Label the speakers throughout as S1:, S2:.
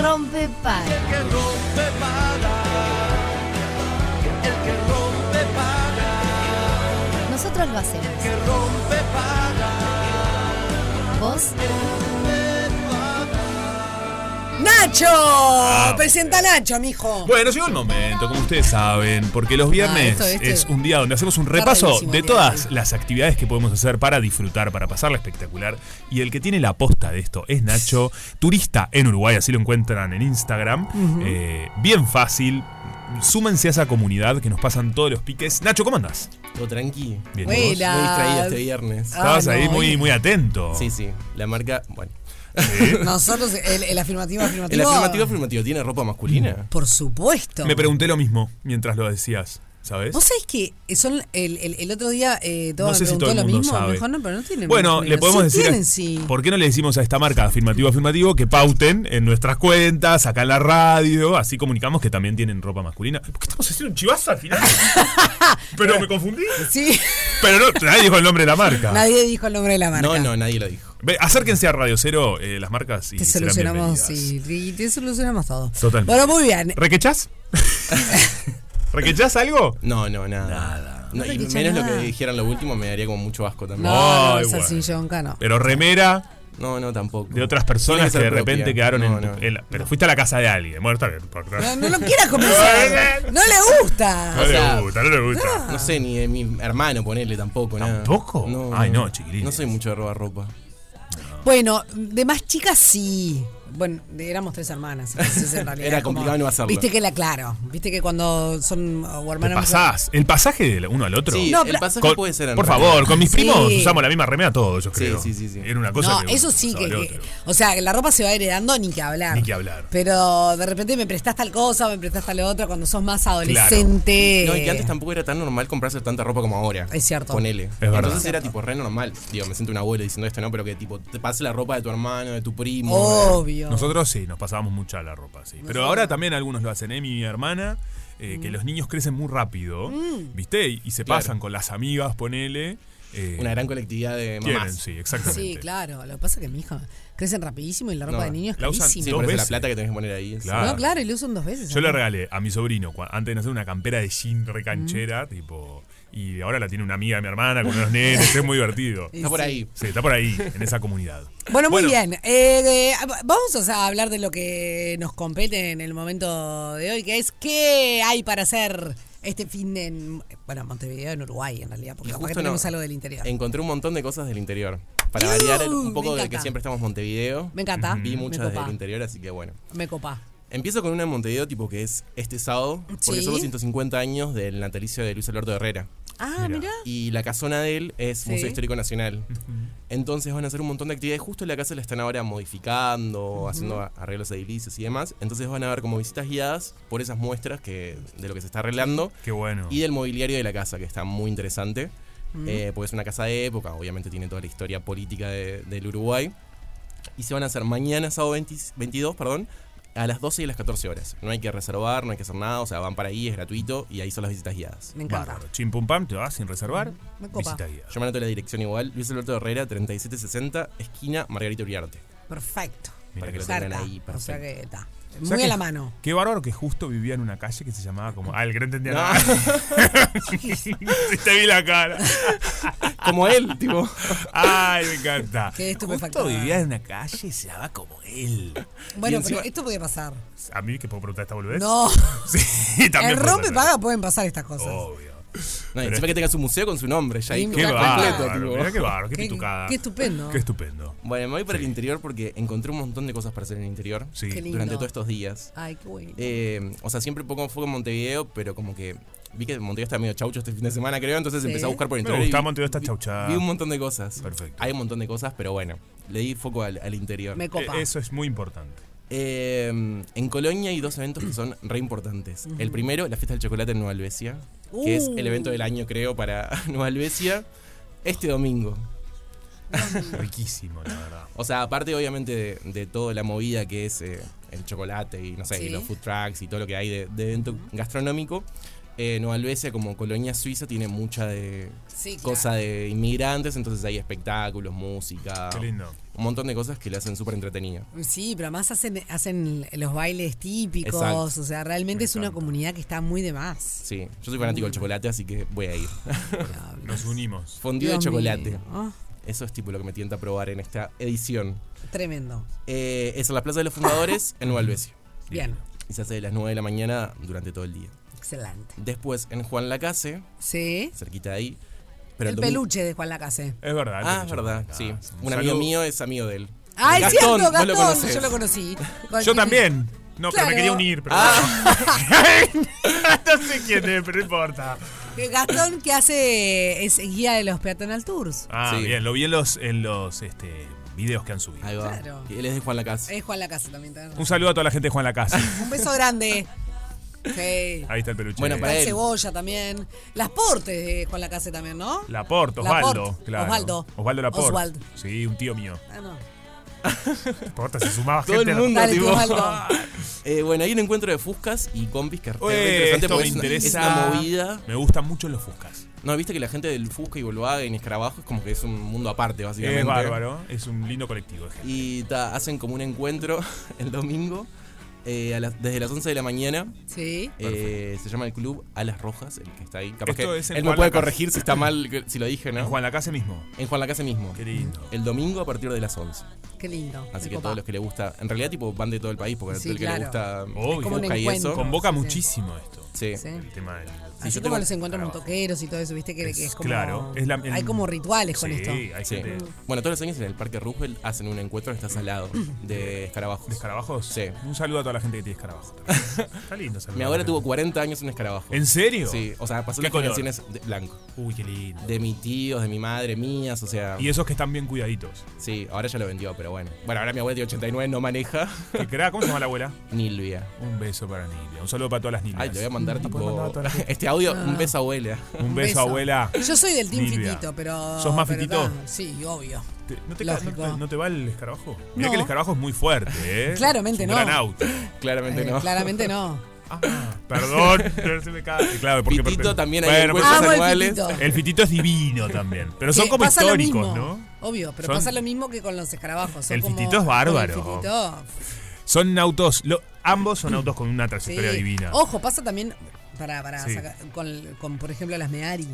S1: rompe pan.
S2: El que rompe paga. El que rompe paga.
S1: Nosotros lo hacemos.
S2: El que rompe paga.
S1: ¿Vos?
S3: ¡Nacho! Ah, Presenta a Nacho, mijo.
S4: Bueno, llegó el momento, como ustedes saben, porque los viernes ah, esto, esto. es un día donde hacemos un repaso de todas las actividades que podemos hacer para disfrutar, para pasarla espectacular. Y el que tiene la posta de esto es Nacho, turista en Uruguay, así lo encuentran en Instagram. Uh -huh. eh, bien fácil, súmense a esa comunidad que nos pasan todos los piques. Nacho, ¿cómo andas?
S5: Todo tranqui. Bien, Muy distraído este viernes.
S4: Ah, Estabas no, ahí muy, bien. muy atento.
S5: Sí, sí. La marca, bueno.
S3: ¿Sí? Nosotros, el, el, afirmativo afirmativo.
S5: ¿El afirmativo afirmativo tiene ropa masculina?
S3: Por supuesto.
S4: Me pregunté lo mismo mientras lo decías. ¿Sabes?
S3: Vos sabés que son el, el, el otro día eh, todo no sé si todo el mundo lo mismo, sabe. mejor no, pero no tienen
S4: Bueno, le podemos sí decir tienen, sí. ¿Por qué no le decimos a esta marca afirmativo afirmativo que pauten en nuestras cuentas, acá en la radio, así comunicamos que también tienen ropa masculina? ¿Por qué estamos haciendo un chivazo al final? pero me confundí.
S3: Sí.
S4: Pero no, nadie dijo el nombre de la marca.
S3: Nadie dijo el nombre de la marca.
S5: No, no, nadie lo dijo.
S4: Ve, acérquense a Radio Cero, eh, las marcas y
S3: te
S4: serán
S3: solucionamos, sí, y te solucionamos todo.
S4: Totalmente.
S3: Bueno, muy bien.
S4: ¿Requechás? ¿Requechás algo?
S5: No, no, nada. Nada. No, no y menos nada. lo que dijeran lo último me daría como mucho asco también.
S3: No, no, no bueno. así, John Cano.
S4: Pero remera.
S5: No, no, tampoco.
S4: De otras personas que, que de repente propia. quedaron no, en, tu, no, en la, Pero no. fuiste a la casa de alguien. Bueno, está bien.
S3: No, no lo quieras conversar. no le gusta.
S4: No o sea, le gusta, no le gusta.
S5: No sé, ni de mi hermano ponerle tampoco.
S4: ¿Tampoco?
S5: Nada.
S4: Ay, no, chiquilín.
S5: No soy mucho de robar ropa.
S3: Bueno, de más chicas sí. Bueno, éramos tres hermanas, entonces en realidad.
S5: Era complicado
S3: como,
S5: no hacerlo.
S3: Viste que la claro. Viste que cuando son o hermanas.
S4: pasás. Mujer, el pasaje de uno al otro.
S5: Sí, no, el pasaje con, puede ser en
S4: Por realidad. favor, con mis primos sí. usamos la misma remera todos, yo creo. Sí, sí, sí. sí. Era una cosa.
S3: No,
S4: que,
S3: eso sí que, que, O sea, la ropa se va heredando ni que hablar.
S4: Ni que hablar.
S3: Pero de repente me prestás tal cosa, me prestás tal otra cuando sos más adolescente.
S5: Claro. No, y que antes tampoco era tan normal comprarse tanta ropa como ahora.
S3: Eh, Es cierto.
S5: Ponele. Es
S4: verdad.
S5: Entonces es era tipo re normal. Digo, me siento un abuelo diciendo esto, ¿no? Pero que tipo, te pase la ropa de tu hermano, de tu primo.
S3: Obvio.
S4: Nosotros sí, nos pasábamos mucha la ropa, sí. Pero ahora también algunos lo hacen, ¿eh? Mi hermana, eh, mm. que los niños crecen muy rápido, mm. ¿viste? Y, y se claro. pasan con las amigas, ponele.
S5: Eh, Una gran colectividad de mamás.
S4: Quieren, sí, exactamente.
S3: Sí, claro. Lo que pasa es que mi hija crecen rapidísimo y la ropa no, de niño es
S4: la usan
S3: carísima.
S5: Sí,
S4: dos veces.
S5: la Ah. plata que tenés que poner ahí.
S3: Claro. No, claro, y lo usan dos veces.
S4: Yo ¿no? le regalé a mi sobrino, antes de nacer, una campera de jean recanchera, mm. tipo y ahora la tiene una amiga de mi hermana con unos nenes, es muy divertido.
S5: Está por ahí.
S4: Sí, está por ahí, en esa comunidad.
S3: Bueno, muy bueno. bien. Eh, eh, vamos o sea, a hablar de lo que nos compete en el momento de hoy, que es qué hay para hacer este fin de, en, bueno, Montevideo, en Uruguay, en realidad, porque justo tenemos no, algo del interior.
S5: Encontré un montón de cosas del interior. Para uh, variar el, un poco de que siempre estamos Montevideo.
S3: Me encanta.
S5: Vi muchas del interior, así que bueno.
S3: Me copa.
S5: Empiezo con una en Montevideo, tipo que es este sábado, porque ¿Sí? son los 150 años del natalicio de Luis Alberto Herrera.
S3: Ah, mira.
S5: Y la casona de él es ¿Sí? Museo Histórico Nacional. Uh -huh. Entonces van a hacer un montón de actividades. Justo en la casa la están ahora modificando, uh -huh. haciendo arreglos edilicios y demás. Entonces van a ver como visitas guiadas por esas muestras que, de lo que se está arreglando.
S4: Qué bueno.
S5: Y del mobiliario de la casa, que está muy interesante. Uh -huh. eh, porque es una casa de época, obviamente tiene toda la historia política de, del Uruguay. Y se van a hacer mañana, sábado 20, 22, perdón, a las 12 y a las 14 horas. No hay que reservar, no hay que hacer nada, o sea, van para ahí, es gratuito y ahí son las visitas guiadas.
S3: Me encanta. Bárbaro.
S4: Chim pum pam, te vas sin reservar.
S3: Me copa.
S4: Visita guiada.
S5: Yo me anoto la dirección igual, Luis Alberto Herrera, 3760, esquina Margarita Uriarte.
S3: Perfecto.
S5: Para que lo tengan ahí,
S3: perfecto. O sea que está. Muy o sea a la mano.
S4: Qué bárbaro que justo vivía en una calle que se llamaba como. Ah, el gran entendía nada. te vi la cara.
S5: como él, tipo.
S4: Ay, me encanta.
S3: Qué
S4: estupefacto. vivía en una calle y se llamaba como él.
S3: Bueno, encima, pero esto podía pasar.
S4: ¿A mí que puedo preguntar esta boludez?
S3: No.
S4: sí, también.
S3: El rompe paga pueden pasar Oh. estas cosas.
S4: Obvio.
S5: No, encima es que tenga su museo con su nombre, ya ahí
S4: qué completo, Mirá qué barro, qué, qué pitucada.
S3: Qué estupendo.
S4: Qué estupendo.
S5: Bueno, me voy para sí. el interior porque encontré un montón de cosas para hacer en el interior
S4: sí.
S5: durante todos estos días.
S3: Ay, qué bueno.
S5: Eh, o sea, siempre pongo foco en Montevideo, pero como que vi que Montevideo está medio chaucho este fin de semana, creo, entonces ¿Sí? empecé a buscar por el interior.
S4: Me gusta,
S5: y vi,
S4: Montevideo está chauchada.
S5: Vi, vi un montón de cosas.
S4: Perfecto.
S5: Hay un montón de cosas, pero bueno, le di foco al, al interior.
S3: Me copa.
S4: Eh, eso es muy importante.
S5: Eh, en Colonia hay dos eventos que son re importantes. Uh -huh. El primero, la fiesta del chocolate en Nueva Albesia, uh. que es el evento del año, creo, para Nueva Albesia, este domingo.
S4: Riquísimo, la verdad.
S5: O sea, aparte, obviamente, de, de toda la movida que es eh, el chocolate y no sé, ¿Sí? y los food trucks y todo lo que hay de, de evento uh -huh. gastronómico, Eh, Nueva Albesia, como colonia suiza, tiene mucha de
S3: Sí, claro.
S5: cosa de inmigrantes, entonces hay espectáculos, música.
S4: Qué lindo.
S5: Un montón de cosas que la hacen súper entretenida.
S3: Sí, pero además hacen, hacen los bailes típicos.
S5: Exacto.
S3: O sea, realmente
S4: Me
S3: es una
S4: encanta.
S3: comunidad que está muy de más.
S5: Sí, yo soy fanático
S3: Mm.
S5: del chocolate, así que voy a ir.
S4: Nos unimos.
S5: Fondido de
S3: Dios
S5: chocolate.
S3: mío. Ah,
S5: Eso es tipo lo que me tienta probar en esta edición.
S3: tremendo.
S5: Eh, es en la Plaza de los Fundadores, en Nueva Albesia.
S3: Bien,
S5: Y se hace de las 9 de la mañana durante todo el día.
S3: excelente.
S5: Después en Juan Lacase,
S3: Sí.
S5: cerquita de ahí.
S3: El,
S5: Pero domingo-
S3: peluche de Juan Lacase.
S4: Es verdad.
S5: Ah,
S4: te
S5: es
S4: lo
S5: verdad,
S4: llevo.
S5: sí.
S4: Ah,
S5: Un
S4: saludo.
S5: amigo mío es amigo de él.
S3: ¡Ay,
S5: Gastón,
S3: cierto,
S5: vos
S3: Gastón!
S5: lo conocés.
S3: yo lo conocí.
S4: Yo también. No, pero
S3: Claro.
S4: me quería unir. Pero
S5: Ah.
S4: no sé quién es, pero no importa.
S3: Gastón que hace es guía de los peatonal tours.
S4: Ah,
S5: Sí.
S4: bien, lo vi en los, en los este, videos que han subido.
S5: Ahí va.
S3: Claro.
S5: Él es de Juan
S4: Eh,
S5: Lacase.
S3: Es Juan Lacase también. tenés
S4: Un
S3: razón.
S4: saludo a toda la gente de Juan la Casa.
S3: Un beso grande. Sí.
S4: Ahí está el peluche.
S5: Bueno, para
S3: Está
S5: él.
S3: Cebolla también. Las portes de Juan Lacase también, ¿no?
S4: Laporte,
S3: Laporte,
S4: Osvaldo, claro.
S3: Osvaldo.
S4: Osvaldo Laporte.
S3: Osvaldo.
S4: Sí, un tío mío.
S3: Ah, no.
S4: Laporte se sumaba
S5: Todo
S4: gente.
S5: el mundo,
S3: Dale,
S5: tipo.
S3: tío Osvaldo.
S5: Eh, bueno, hay un encuentro de fuscas y compis que es re
S4: Ué,
S5: interesante
S4: esto
S5: porque
S4: me
S5: es una-
S4: interesa.
S5: es una movida.
S4: Me gustan mucho los fuscas.
S5: No, viste que la gente del Fusca y Volkswagen y Escarabajo es como que es un mundo aparte, básicamente.
S4: Es bárbaro. Es un lindo colectivo de gente.
S5: Y ta, hacen como un encuentro el domingo eh, a las- desde las 11 de la mañana.
S3: Sí.
S5: Eh, se llama el club Alas Rojas, el que está ahí. Capaz
S4: Esto
S5: que
S4: es en
S5: él me
S4: Juan
S5: puede
S4: Lacase.
S5: corregir si está mal, que- si lo dije, ¿no?
S4: En Juan la Casa mismo. Eh,
S5: En Juan Lacase mismo.
S4: Qué lindo.
S5: El domingo a partir de las 11.
S3: Qué lindo.
S5: Así
S3: me
S5: que
S3: copa.
S5: todos los que le gusta, en realidad tipo van de todo el país, porque
S3: Sí,
S5: todo el que le
S3: claro.
S5: gusta
S4: Obvio. Es como un
S5: busca y
S3: encuentro.
S5: eso.
S4: Convoca
S3: Sí, sí.
S4: muchísimo esto.
S5: Sí.
S3: Sí.
S4: El tema del.
S5: Sí,
S3: Así como
S5: yo tengo-
S3: los encuentros
S4: Carnaval.
S3: montoqueros y todo eso, viste que,
S4: Es-
S3: que es como.
S4: claro, es la- el-
S3: hay como rituales con
S4: Sí,
S3: esto.
S4: hay
S5: Sí.
S4: gente.
S5: Bueno, todos los años en el Parque Roosevelt hacen un encuentro que está salado de escarabajos.
S4: ¿De escarabajos?
S5: Sí.
S4: Un saludo a toda la gente que tiene escarabajos. también. Está lindo saludar.
S5: Mi abuela tuvo 40 años un escarabajo.
S4: ¿En serio?
S5: Sí, o sea, pasó
S4: ¿Qué
S5: las
S4: color?
S5: generaciones de- blanco.
S4: Uy, qué lindo.
S5: De mis tíos, de mi madre, mías, o sea.
S4: Y esos que están bien cuidaditos.
S5: Sí, ahora ya lo vendió, pero bueno. Bueno, ahora mi abuela tiene 89, no maneja.
S4: ¿Qué crea? ¿Cómo se llama la abuela?
S5: Nilvia.
S4: Un beso para Nilia. Un saludo para todas las niñas.
S5: Ay, te voy a mandar
S4: puedes mandar
S5: tipo.
S4: a toda la gente.
S5: Este audio,
S3: Ah.
S5: un beso abuela.
S4: Un beso,
S3: beso.
S4: abuela.
S3: Yo soy del team
S4: Silvia.
S3: fitito, pero.
S4: ¿Sos más
S3: pero
S4: fitito?
S3: ta, sí, obvio.
S4: Te- ¿No, te,
S3: Lógico.
S4: no te- no te va el escarabajo? Mira
S3: No.
S4: que el escarabajo es muy fuerte, ¿eh?
S3: Claramente
S4: Es
S3: no.
S4: Un gran auto.
S5: Claramente
S3: Eh,
S5: no.
S3: Claramente no.
S4: Ah, perdón, pero se me cae. Claro, porque
S5: Pitito
S4: pertenece-
S5: también hay
S4: Bueno,
S5: encuentros
S4: pues,
S3: Amo el
S5: anuales.
S3: fitito.
S4: el fitito es divino también. Pero son
S3: Que
S4: como
S3: pasa lo
S4: históricos,
S3: mismo.
S4: ¿no?
S3: Obvio, pero
S4: Son-
S3: pasa lo mismo que con los escarabajos. son
S4: El
S3: como-
S4: fitito es bárbaro.
S3: con el fitito,
S4: Son autos. lo- ambos son autos con una
S3: sí. Oh.
S4: trayectoria divina.
S3: Ojo, pasa también para, para
S4: Sí.
S3: sacar- con, con, por ejemplo, las Meari.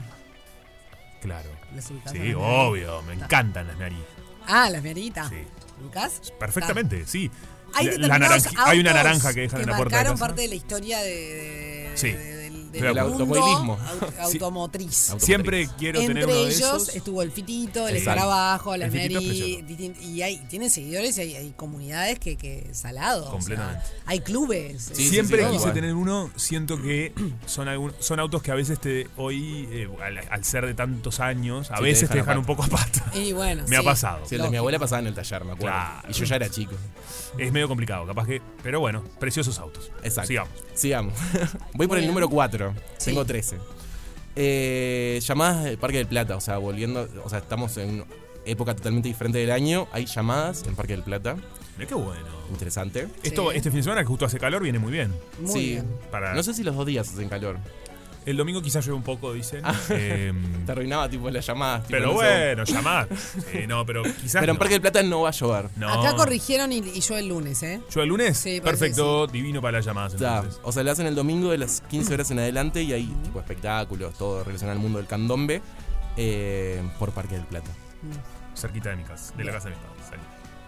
S4: Claro.
S3: ¿Las ubicás a
S4: Sí,
S3: las
S4: obvio. Me encantan las narices.
S3: Meari? Ah, las Mearitas.
S4: Sí.
S3: ¿Ubicás?
S4: Perfectamente, sí.
S3: Ta. Hay,
S4: La- la
S3: determinados
S4: naranja- hay una
S3: autos
S4: naranja que dejan en la puerta de
S3: marcaron
S4: casa.
S3: parte de la historia de, de-
S4: Sí.
S3: de- del,
S4: Estoy de
S3: del
S4: acuerdo.
S3: mundo
S5: Automovilismo.
S3: au-
S4: Sí.
S3: automotriz.
S5: Auto-
S4: Siempre quiero tener
S3: Entre
S4: uno de
S3: ellos
S4: esos.
S3: estuvo el Fitito, el
S4: Exacto.
S3: Escarabajo, las
S4: El Fitito es
S3: Mary,
S4: precioso.
S3: distin- y hay, tienen seguidores y hay, hay comunidades que, que salado. o sea,
S4: Completamente.
S3: hay clubes.
S5: Sí,
S4: Siempre
S5: sí, sí,
S4: quise
S5: igual.
S4: tener uno, siento que son algún- son autos que a veces te hoy, eh, al, al ser de tantos años, a
S5: Sí, te
S4: veces te dejan
S5: dejan
S4: un poco a pata.
S3: Y bueno,
S4: Me ha pasado.
S5: Sí, el de mi abuela pasaba en el taller, me acuerdo.
S4: Claro.
S5: Y yo ya era chico.
S4: Es medio complicado, capaz que. Pero bueno, preciosos autos.
S5: Exacto.
S4: Sigamos.
S5: Sigamos. Voy por el número 4.
S3: Sí.
S5: Tengo 13. Eh, llamadas del Parque del Plata. O sea, volviendo. O sea, estamos en una época totalmente diferente del año. Hay llamadas en Parque del Plata.
S4: Mirá qué bueno.
S5: Interesante.
S4: Esto,
S3: Sí.
S4: este fin de semana que justo hace calor viene muy bien.
S3: Muy
S5: sí.
S3: bien.
S4: Para,
S5: No sé si los dos días hacen calor.
S4: El domingo quizás llueve un poco, dice.
S5: Ah. Te arruinaba tipo las llamadas. tipo,
S4: pero
S5: no sé.
S4: bueno, llamar. Eh, no, pero quizás.
S5: Pero en
S4: no.
S5: Parque del Plata no va a llover.
S4: No.
S3: Acá corrigieron y, y yo el lunes, ¿eh?
S4: ¿Yo el lunes?
S3: Sí, parece
S4: Perfecto, divino para las llamadas.
S5: Ya,
S4: Entonces.
S5: o sea, lo hacen el domingo de las 15 horas en adelante y hay tipo espectáculos, todo relacionado al mundo del candombe eh, por Parque del Plata.
S4: Cerquita de mi casa, de la casa de mis padres. ahí.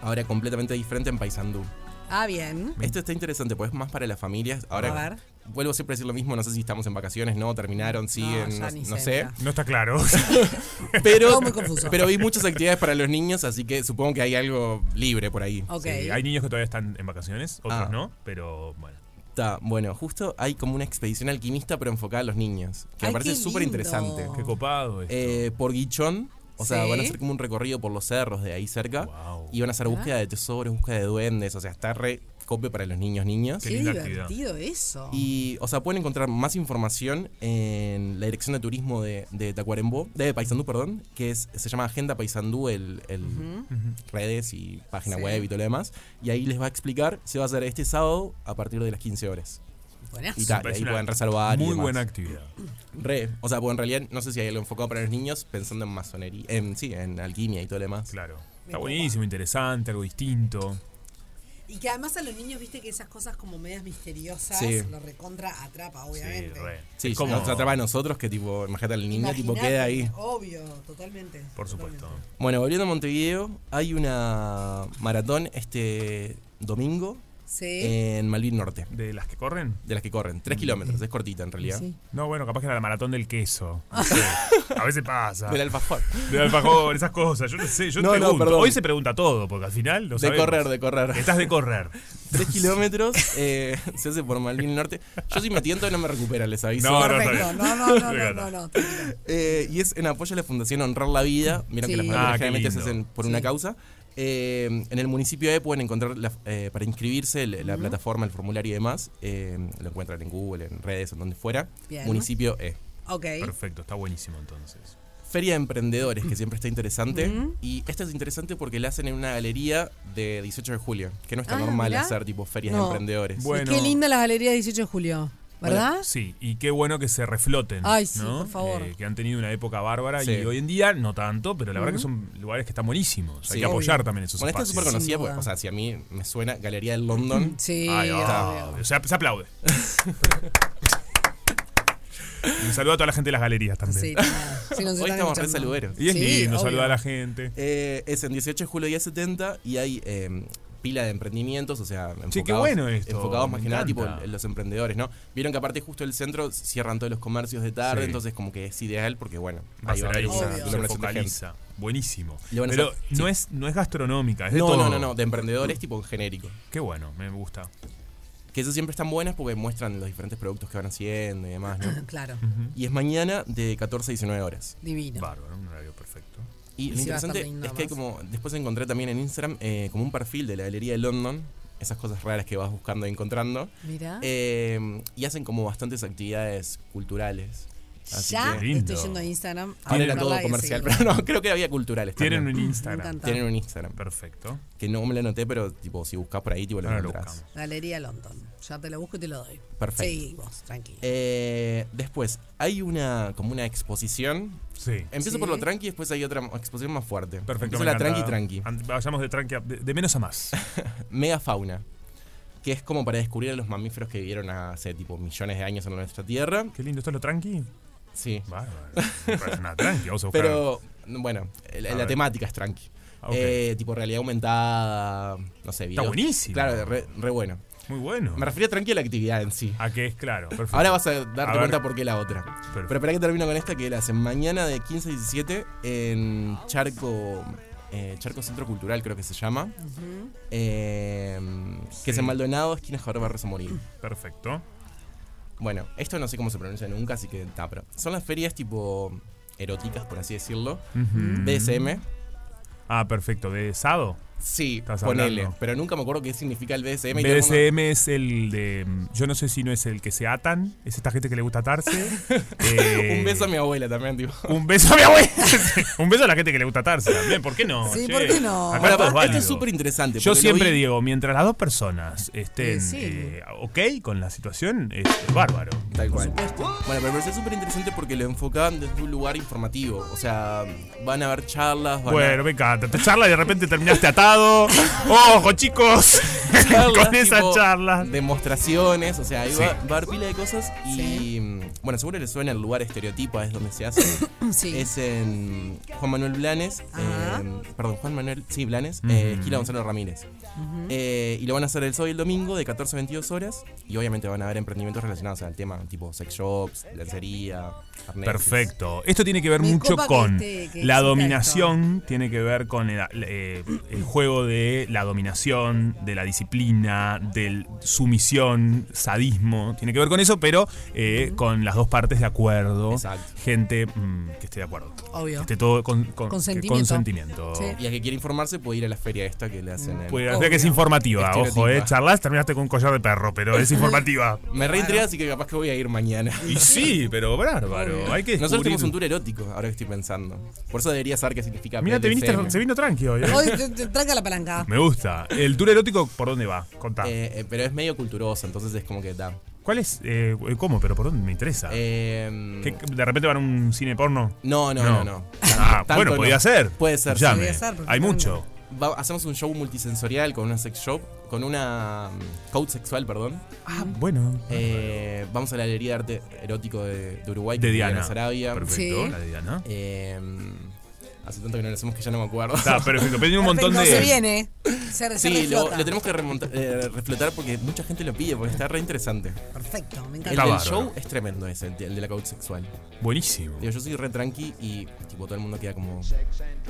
S5: Ahora completamente diferente en Paysandú.
S3: Ah, bien.
S5: Esto está interesante, pues es más para las familias.
S3: A
S5: Ahora
S3: ver.
S5: vuelvo siempre a decir lo mismo, no sé si estamos en vacaciones, no, terminaron, siguen,
S3: ya
S5: no,
S3: ni
S5: no
S3: sé,
S5: sé.
S3: mira.
S4: No está claro.
S5: Pero,
S3: Todo muy confuso.
S5: pero vi muchas actividades para los niños, así que supongo que hay algo libre por ahí.
S3: Ok.
S4: Sí, hay niños que todavía están en vacaciones, otros
S5: Ah.
S4: no, pero bueno.
S5: Está, bueno, justo hay como una expedición alquimista, pero enfocada a los niños, que
S3: Ay,
S5: me parece
S3: qué
S5: súper interesante.
S3: lindo.
S4: Qué copado esto.
S5: Eh, por Guichón. O sea,
S3: Sí.
S5: van a hacer como un recorrido por los cerros de ahí cerca.
S4: Guau.
S5: Y van a hacer búsqueda de tesoros, búsqueda de duendes. O sea, está re cope para los niños, niñas.
S4: Qué
S3: Qué,
S4: linda
S3: divertido eso.
S5: Y, o sea, pueden encontrar más información en la dirección de turismo de, de Tacuarembó, de Paysandú, perdón, que es, se llama Agenda Paysandú, el, el- redes y página
S3: Sí.
S5: web y todo lo demás. Y ahí les va a explicar, se va a hacer este sábado a partir de las 15 horas.
S3: Buenazo.
S5: Y, ta, y
S4: Parece
S5: ahí
S4: una
S5: pueden reservar. y
S4: Muy
S5: demás.
S4: buena actividad.
S5: Re. O sea, pues en realidad no sé si hay algo enfocado para los niños pensando en masonería. En, sí, en alquimia y todo lo demás.
S4: Claro. Está buenísimo, interesante, algo distinto.
S3: Y que además a los niños, viste que esas cosas como medias misteriosas
S5: Sí.
S3: lo recontra atrapa,
S4: Sí,
S3: obviamente.
S4: re.
S5: Sí,
S4: Es como-
S5: nos atrapa a nosotros que tipo, imagínate al niño, tipo,
S3: Imaginate,
S5: queda ahí.
S3: Obvio, totalmente.
S4: Por supuesto.
S3: totalmente.
S5: Bueno, volviendo a Montevideo, hay una maratón este domingo
S3: Sí.
S5: en Malvin Norte,
S4: ¿De las que corren?
S5: de las que corren.
S4: Mm.
S5: Tres kilómetros, es cortita en realidad.
S1: Sí.
S4: No, bueno, capaz que era la maratón del queso. No sé. A veces pasa.
S5: Del alfajor.
S4: Del alfajor, esas cosas. Yo no sé, yo
S5: No, no,
S4: pregunto.
S5: perdón.
S4: Hoy se pregunta todo, porque al final lo
S5: De
S4: sabemos.
S5: correr, de correr.
S4: Estás de correr.
S5: Tres kilómetros eh, se hace por Malvin Norte. Yo si me atiento no me recupera, les aviso.
S4: No, no, está
S3: Perfecto.
S4: bien.
S3: No, no, no, no, no, no, no, tranquilo.
S5: Eh, y es en apoyo a la Fundación Honrar la Vida. Vieron
S3: Sí.
S5: que las maratones
S4: Ah, qué
S5: generalmente se
S4: lindo.
S5: hacen por una causa. Eh, en el municipio de pueden encontrar la- eh, para inscribirse el- la plataforma, el formulario y demás. Eh, lo encuentran en Google, en redes, en donde fuera.
S3: Bien.
S5: Municipio E.
S3: Ok.
S4: Perfecto, está buenísimo entonces.
S5: Feria de Emprendedores, que siempre está interesante. Y esta es interesante porque la hacen en una galería de 18 de julio, que no está
S1: Ah,
S5: normal
S1: mirá.
S5: hacer tipo ferias
S3: No.
S5: de emprendedores.
S4: Bueno.
S3: Y qué linda la galería 18 de julio, ¿verdad?
S4: Sí, y qué bueno que se refloten.
S3: ¿Ah? Ay, sí,
S4: ¿no?
S3: por favor.
S4: Eh, que han tenido una época bárbara
S5: Sí.
S4: y hoy en día no tanto, pero la verdad que son lugares que están buenísimos. Hay
S5: Sí.
S4: que apoyar también esos
S5: Bueno, esta es
S4: espacios.
S5: súper conocida,
S3: Sin
S5: porque,
S3: duda.
S5: o sea, si a mí me suena Galería del London.
S3: Sí,
S4: Ahí va.
S3: obvio.
S4: O sea, se aplaude. Un saludo a toda la gente de las galerías también.
S3: Sí, nada. Sí, nos
S5: Hoy
S3: están
S5: estamos re
S3: escuchando.
S5: saluderos.
S4: Y es
S3: Sí,
S4: lindo,
S3: obvio.
S4: saluda a la gente.
S5: Eh, es en 18 de julio día 70 y hay eh, pila de emprendimientos, o sea, enfocados,
S4: qué bueno esto,
S5: enfocados más
S4: me
S5: que nada tipo,
S4: encanta.
S5: en los emprendedores, ¿no? Vieron que aparte justo el centro cierran todos los comercios de tarde,
S4: Sí.
S5: entonces como que es ideal porque bueno,
S4: Va a ser
S5: haber
S4: ahí,
S5: una
S4: se-
S3: Obvio.
S5: aglomeración
S4: se
S5: de gente.
S4: focaliza. Buenísimo.
S5: Le van a
S4: Pero
S5: hacer-
S4: no,
S5: sí.
S4: es, no es gastronómica, es de
S5: No,
S4: todo.
S5: no, no, no, de emprendedores tipo en genérico.
S4: Qué bueno, me gusta.
S5: Que esas siempre están buenas porque muestran los diferentes productos que van haciendo y demás, ¿no?
S3: Claro,
S5: y es mañana de 14 a 19 horas.
S3: divino.
S4: Bárbaro, un horario perfecto.
S5: Y
S3: Y
S5: lo
S3: si va a estar
S5: interesante
S3: lindo
S5: es que hay
S3: más.
S5: como, después encontré también en Instagram eh, como un perfil de la Galería de London, esas cosas raras que vas buscando y encontrando.
S3: Mirá.
S5: Eh, y hacen como bastantes actividades culturales. Así
S3: ya
S4: que-
S3: estoy
S4: Lindo.
S3: yendo a Instagram. a
S5: Ahora era
S3: buscarla
S5: todo
S3: y
S5: comercial,
S3: seguirla.
S5: pero no, creo que había culturales.
S4: Tienen un
S5: también.
S3: Me
S4: Instagram.
S3: encanta.
S5: Tienen un Instagram.
S4: Perfecto.
S5: Que no me lo anoté, pero tipo, si buscas por ahí, tipo lo
S4: Ahora lo
S5: encontrás.
S4: buscamos.
S3: Galería London. Ya te lo busco y te lo doy.
S5: Perfecto.
S3: Seguimos, tranquilo.
S5: Eh, después, hay una como una exposición.
S4: Sí.
S5: Empiezo
S3: Sí.
S5: por lo tranqui y después hay otra exposición más fuerte.
S4: Perfecto.
S5: Empiezo
S4: me
S5: Eh, la tranqui
S4: encanta.
S5: tranqui.
S4: An- Vayamos de tranqui a- de, de menos a más.
S5: Megafauna. Que es como para descubrir a los mamíferos que vivieron hace tipo millones de años en nuestra tierra.
S4: Qué lindo, ¿esto es lo tranqui?
S5: Sí.
S4: Bárbaro. No parece nada tranqui, vamos a buscar.
S5: Pero, bueno, la,
S4: A
S5: la
S4: ver.
S5: temática es tranqui.
S4: Ah, ok.
S5: Eh, tipo realidad aumentada, no sé, videos.
S4: buenísimo.
S5: Claro, re, re bueno.
S4: Muy bueno.
S5: Me refería tranqui a la actividad en sí.
S4: A que es claro. Ah, Perfecto.
S5: Ahora vas a
S4: A
S5: darte
S4: ver.
S5: cuenta por qué la otra. Pero para que termino con esta, que la hacen mañana de 15 a 17 en Charco. eh, Charco Centro Cultural, creo que se llama. Eh, Que es
S4: Sí.
S5: en Maldonado, esquina Javier Barroso Morín.
S4: Perfecto.
S5: Bueno, esto no sé cómo se pronuncia nunca, así que ta, pero Son las ferias tipo eróticas, por así decirlo.
S4: Mm.
S5: BSM.
S4: Ah, perfecto. ¿De Sado?
S5: Sí,
S4: Estás
S5: ponele.
S4: hablando.
S5: Pero nunca me acuerdo qué significa el BSM. y todo el mundo-
S4: BDSM es el de. mm, Yo no sé si no es el que se atan. Es esta gente que le gusta atarse. Eh,
S5: Un beso a mi abuela también, tipo.
S4: Un beso a mi abuela. un beso a la gente que le gusta atarse también. ¿Por qué no?
S3: Sí,
S4: che?
S3: ¿por qué no?
S4: Acá todo
S5: Ahora,
S4: es
S5: para- esto
S4: válido.
S5: es súper interesante.
S4: Yo
S5: porque lo
S4: siempre
S5: vi-
S4: digo, mientras las dos personas estén
S3: Eh, sí.
S4: eh, ok con la situación, es bárbaro.
S5: Tal cual. Bueno, pero me pareció súper interesante porque lo enfocaban desde un lugar informativo. O sea, van a haber charlas, van
S4: Bueno, me encanta. Te charla y de repente terminaste atado. ¡Ojo, chicos!
S5: a haber charlas,
S4: con esas
S5: tipo,
S4: charlas.
S5: Demostraciones, o sea, ahí
S4: Sí.
S5: va, va a haber pila de cosas. Y mm, bueno, seguro les suena el lugar estereotipa, es donde se hace.
S3: Sí.
S5: Es en Juan Manuel Blanes.
S3: Ajá.
S5: eh, perdón, Juan Manuel, sí, Blanes. eh, esquina Gonzalo Ramírez. Eh, y lo van a hacer el sábado y el domingo de 14 a 22 horas. Y obviamente van a haber emprendimientos relacionados al tema, tipo sex shops, lancería, arneses.
S4: Perfecto. Esto tiene que ver
S3: Me
S4: mucho
S3: copa que
S4: con
S3: esté- que
S4: la
S3: exista
S4: dominación, tiene que ver con el, eh, el juego de la dominación, de la disciplina, del sumisión, sadismo. Tiene que ver con eso, pero eh, con las dos partes de acuerdo.
S5: Exacto.
S4: Gente mm, que esté de acuerdo.
S3: Obbio.
S4: Que
S5: este
S4: esté todo con, con-
S3: Consentimiento.
S4: que- consentimiento.
S3: Sí.
S5: Y el que quiere informarse puede ir a la feria esta que le hacen. en- Oh,
S4: Puede-
S3: Obvio.
S4: mira Pues, que es informativa,
S5: Estereotipa.
S4: ojo, eh. Charlas, terminaste con un collar de perro, pero es informativa.
S5: Me reintriga, así que capaz que voy a ir mañana.
S4: Y sí, pero bárbaro. Hay que
S5: Nosotros
S4: descubrir-
S5: tenemos un tour erótico, ahora que estoy pensando. Por eso debería saber qué significa.
S4: Mira, te viniste,
S5: BDSM.
S4: se vino tranqui hoy. eh.
S3: Hoy te, te tranca la palanca.
S4: Me gusta. ¿El tour erótico por dónde va? Contá.
S5: Eh, eh, pero es medio culturoso, entonces es como que da.
S4: ¿Cuál es? Eh, ¿Cómo? ¿Pero por dónde me interesa?
S5: Eh,
S4: Ah. ¿Qué- ¿De repente van a un cine porno?
S5: No, no, no, no.
S4: Ah,
S5: Tanto
S4: bueno,
S5: no.
S4: podía ser.
S5: Puede ser, sí.
S4: Llame.
S3: Podía ser,
S4: Hay
S3: perfectamente.
S4: mucho.
S5: Va- hacemos un show multisensorial con una sex shop, con una mm, coach sexual, perdón.
S4: Ah, bueno.
S5: Eh, vamos a la galería de arte erótico de, de Uruguay, que
S4: de
S5: es
S4: Diana.
S5: Sarabia.
S4: Perfecto,
S3: Sí.
S4: la de Diana.
S5: Eh, mm, hace tanto que no lo hacemos que ya no me acuerdo.
S4: Está perfecto. Pedí un montón
S3: Perfecto,
S4: de.
S3: se viene. Se, se
S5: Sí, lo,
S3: reflota.
S5: lo tenemos que remonta- eh, reflotar porque mucha gente lo pide, porque está re interesante.
S3: Perfecto, me
S5: El
S3: encanta.
S4: Está
S5: del
S4: bárbaro.
S5: show es tremendo ese, el de- el de la coach sexual.
S4: Buenísimo.
S5: Digo, yo soy re tranqui y tipo todo el mundo queda como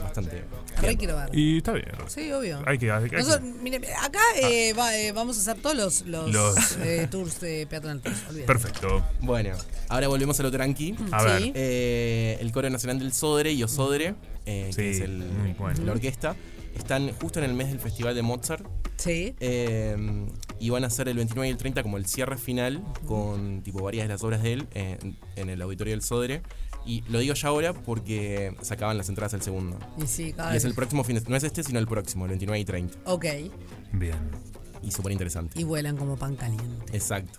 S5: bastante.
S3: Re quiero ver.
S4: Y está bien.
S3: Sí, obvio.
S4: Hay que- hay que-
S3: Nosotros- mire, acá
S5: Ah.
S3: eh, va- eh, vamos a hacer todos los, los,
S4: Los-
S3: eh, tours de Peatonal Tours. olvídate.
S4: Perfecto.
S5: Bueno, ahora volvemos a lo tranqui.
S4: A
S3: Sí.
S4: ver.
S5: Eh, el coro nacional del Sodre y Osodre, eh,
S4: Sí,
S5: que es el-
S4: muy bueno.
S5: la orquesta, están justo en el mes del Festival de Mozart
S3: Sí.
S5: eh, y van a hacer el 29 y el 30 como el cierre final con tipo varias de las obras de él eh, en, en el auditorio del Sodre. Y lo digo ya ahora porque se acaban las entradas el segundo.
S3: Y sí, cada
S5: Y es
S3: vez.
S5: el próximo fin de No es este, sino el próximo, el 29 y 30.
S3: Ok.
S4: Bien.
S5: Y súper interesante.
S3: Y vuelan como pan caliente.
S5: Exacto.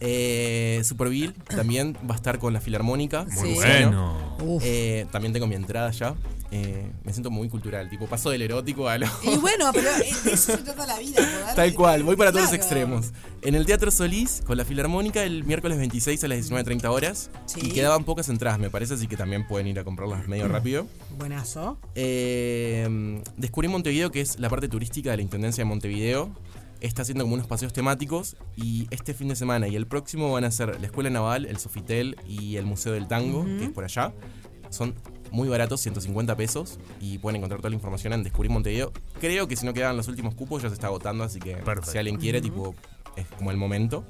S5: Eh, Superville también va a estar con la Filarmónica.
S4: Muy
S3: Sí.
S4: bueno.
S3: Uf.
S5: Eh, también tengo mi entrada ya. Eh, me siento muy cultural. Tipo, paso del erótico a lo.
S3: Y bueno, pero es- de eso se trata la vida. poder-
S5: Tal cual, voy para todos los
S3: Claro.
S5: extremos. En el Teatro Solís, con la Filarmónica, el miércoles 26 a las 19.30 horas.
S3: Sí. Mm.
S5: Y quedaban pocas entradas, me parece, así que también pueden ir a comprarlas medio rápido.
S3: Buenazo.
S5: Eh, descubrí Montevideo, que es la parte turística de la Intendencia de Montevideo. Está haciendo como unos paseos temáticos y este fin de semana y el próximo van a ser la Escuela Naval, el Sofitel y el Museo del Tango, que es por allá. Son muy baratos, 150 pesos, y pueden encontrar toda la información en Descubrir Montevideo. Creo que si no quedan los últimos cupos ya se está agotando, así que
S4: Perfecto.
S5: si alguien quiere, tipo, es como el momento.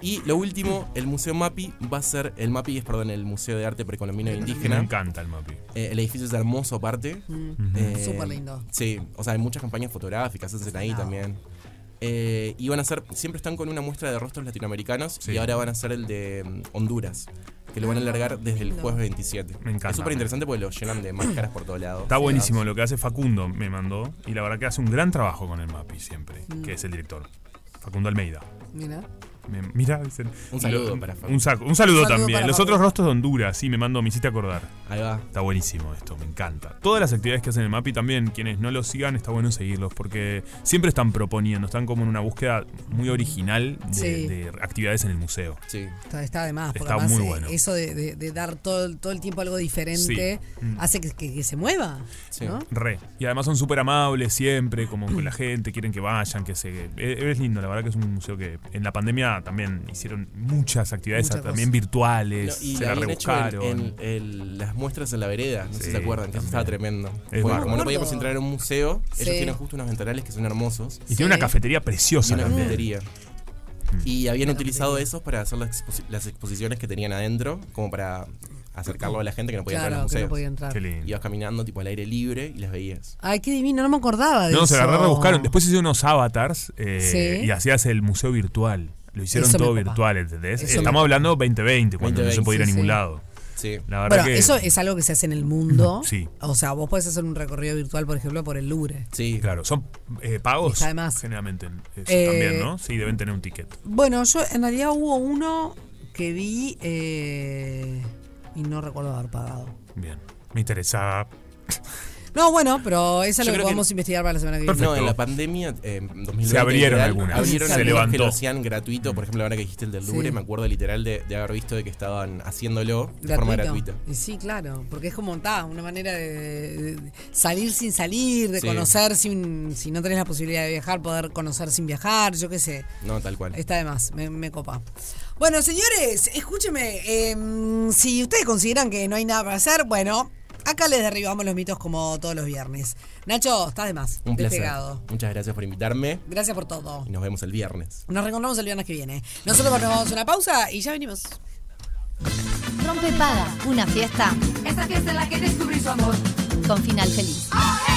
S5: Y lo último, el Museo MAPI va a ser, el MAPI es, perdón, el Museo de Arte Precolombino e
S4: Me
S5: Indígena.
S4: encanta el mapi.
S5: Eh, el edificio es hermoso aparte.
S3: Mm,
S4: Mm.
S5: Eh,
S3: Súper lindo.
S5: Sí, o sea, hay muchas campañas fotográficas, hacen ahí
S3: Claro.
S5: también. Eh, y van a hacer, siempre están con una muestra de rostros latinoamericanos
S4: Sí.
S5: y ahora van a hacer el de mm, Honduras, que lo van a alargar desde el
S3: Ah, lindo.
S5: jueves 27.
S4: Me encanta.
S5: Es súper interesante porque lo llenan de máscaras por todos lados.
S4: Está buenísimo lo que hace Facundo, me mandó. Y la verdad que hace un gran trabajo con el MAPI siempre, que es el director. Facundo Almeida.
S3: Mira.
S4: Me- mira, dicen.
S5: Un saludo
S4: Lo-
S5: para Facu.
S4: un, saco- un saludo
S3: Un saludo
S4: también.
S3: para
S4: Los
S3: Facu.
S4: otros rostros de Honduras, sí, me mandó, me hiciste acordar.
S5: Ahí va.
S4: Está buenísimo esto, me encanta. Todas las actividades que hacen el MAPI también, quienes no los sigan, está bueno seguirlos porque siempre están proponiendo, están como en una búsqueda muy original de,
S3: Sí.
S4: de actividades en el museo.
S5: Sí.
S3: Está, está de más, porque
S4: Está
S3: además
S4: muy
S3: eh,
S4: bueno.
S3: eso de, de- de dar todo, todo el tiempo algo diferente
S4: Sí. Mm.
S3: hace que, que- que se mueva.
S5: Sí.
S3: ¿no?
S4: Re. Y además son súper amables siempre, como con la gente, quieren que vayan, que se... e- Es lindo, la verdad que es un museo que en la pandemia también hicieron muchas actividades
S3: Muchas
S4: también
S5: No,
S4: virtuales,
S5: y
S4: se
S5: la
S4: la
S5: habían hecho en,
S4: rebuscaron.
S5: en- en las muestras en la vereda, no sé
S4: Sí,
S5: si se acuerdan, que eso estaba
S4: también.
S5: tremendo.
S4: Es
S5: Bueno,
S4: bárbaro.
S5: como no podíamos entrar en un museo,
S3: Sí.
S5: ellos tienen justo unos ventanales que son hermosos.
S4: Y tiene una
S3: Sí.
S4: cafetería
S5: y
S4: preciosa
S5: una
S4: también.
S5: cafetería.
S4: Hmm.
S5: Y habían utilizado esos para hacer las, exposi- las exposiciones que tenían adentro, como para acercarlo a la gente que no podía
S3: claro,
S5: entrar
S3: que
S5: a
S3: no
S5: los
S3: podía
S5: museos.
S3: entrar.
S4: Qué lindo.
S5: Ibas caminando tipo al aire libre y las veías.
S3: Ay, qué divino, no me acordaba de
S4: No,
S3: eso.
S4: se agarraron, rebuscaron. Después hice unos avatars eh,
S3: Sí.
S4: y hacías el museo virtual. Lo hicieron
S3: Eso me
S4: todo
S3: copa.
S4: virtual, ¿entendés?
S3: Eso me
S4: Estamos
S3: copa.
S4: hablando 2020, cuando no se
S5: 2020,
S4: podía ir a
S3: sí,
S4: ningún
S3: sí.
S4: lado.
S5: Sí.
S4: La verdad
S3: Bueno,
S4: que.
S3: eso es algo que se hace en el mundo.
S4: Sí.
S3: O sea, vos podés hacer un recorrido virtual, por ejemplo, por el Louvre.
S5: Sí.
S4: Claro, son eh, pagos.
S3: Está de más.
S4: Generalmente. eso
S3: Eh,
S4: también, ¿no? Sí, deben tener un ticket.
S3: Bueno, yo en realidad hubo uno que vi eh, y no recuerdo haber pagado.
S4: Bien. Me interesaba.
S3: No, bueno, pero eso es
S5: Yo
S3: lo que
S5: creo
S3: podemos
S5: que-
S3: investigar para la semana que viene.
S4: Perfecto.
S5: No, en la pandemia, eh, en 2020,
S4: Se abrieron
S5: literal,
S4: algunas.
S5: Abrieron
S3: Se
S5: algunos
S4: levantó. Hmm.
S5: que lo hacían gratuito. Por ejemplo, ahora que dijiste el del Louvre,
S3: Sí.
S5: me acuerdo literal de, de haber visto de que estaban haciéndolo de
S3: Gratuito.
S5: forma gratuita.
S3: Y sí, claro, porque es como está, una manera de, de salir sin salir, de
S5: Sí.
S3: conocer sin, si no tenés la posibilidad de viajar, poder conocer sin viajar, yo qué sé.
S5: No, tal cual.
S3: Está de más, me, me copa. Bueno, señores, escúcheme, em, si ustedes consideran que no hay nada para hacer, bueno, acá les derribamos los mitos como todos los viernes. Nacho, estás de más,
S5: Un placer.
S3: despegado.
S5: Muchas gracias por invitarme
S3: Gracias por todo.
S5: y nos vemos el viernes.
S3: Nos reencontramos el viernes que viene. Nosotros nos vamos a una pausa y ya venimos.
S1: Rompe Paga, una fiesta
S6: Esta fiesta en la que descubrí su amor.
S1: con final feliz.
S6: ¡Olé!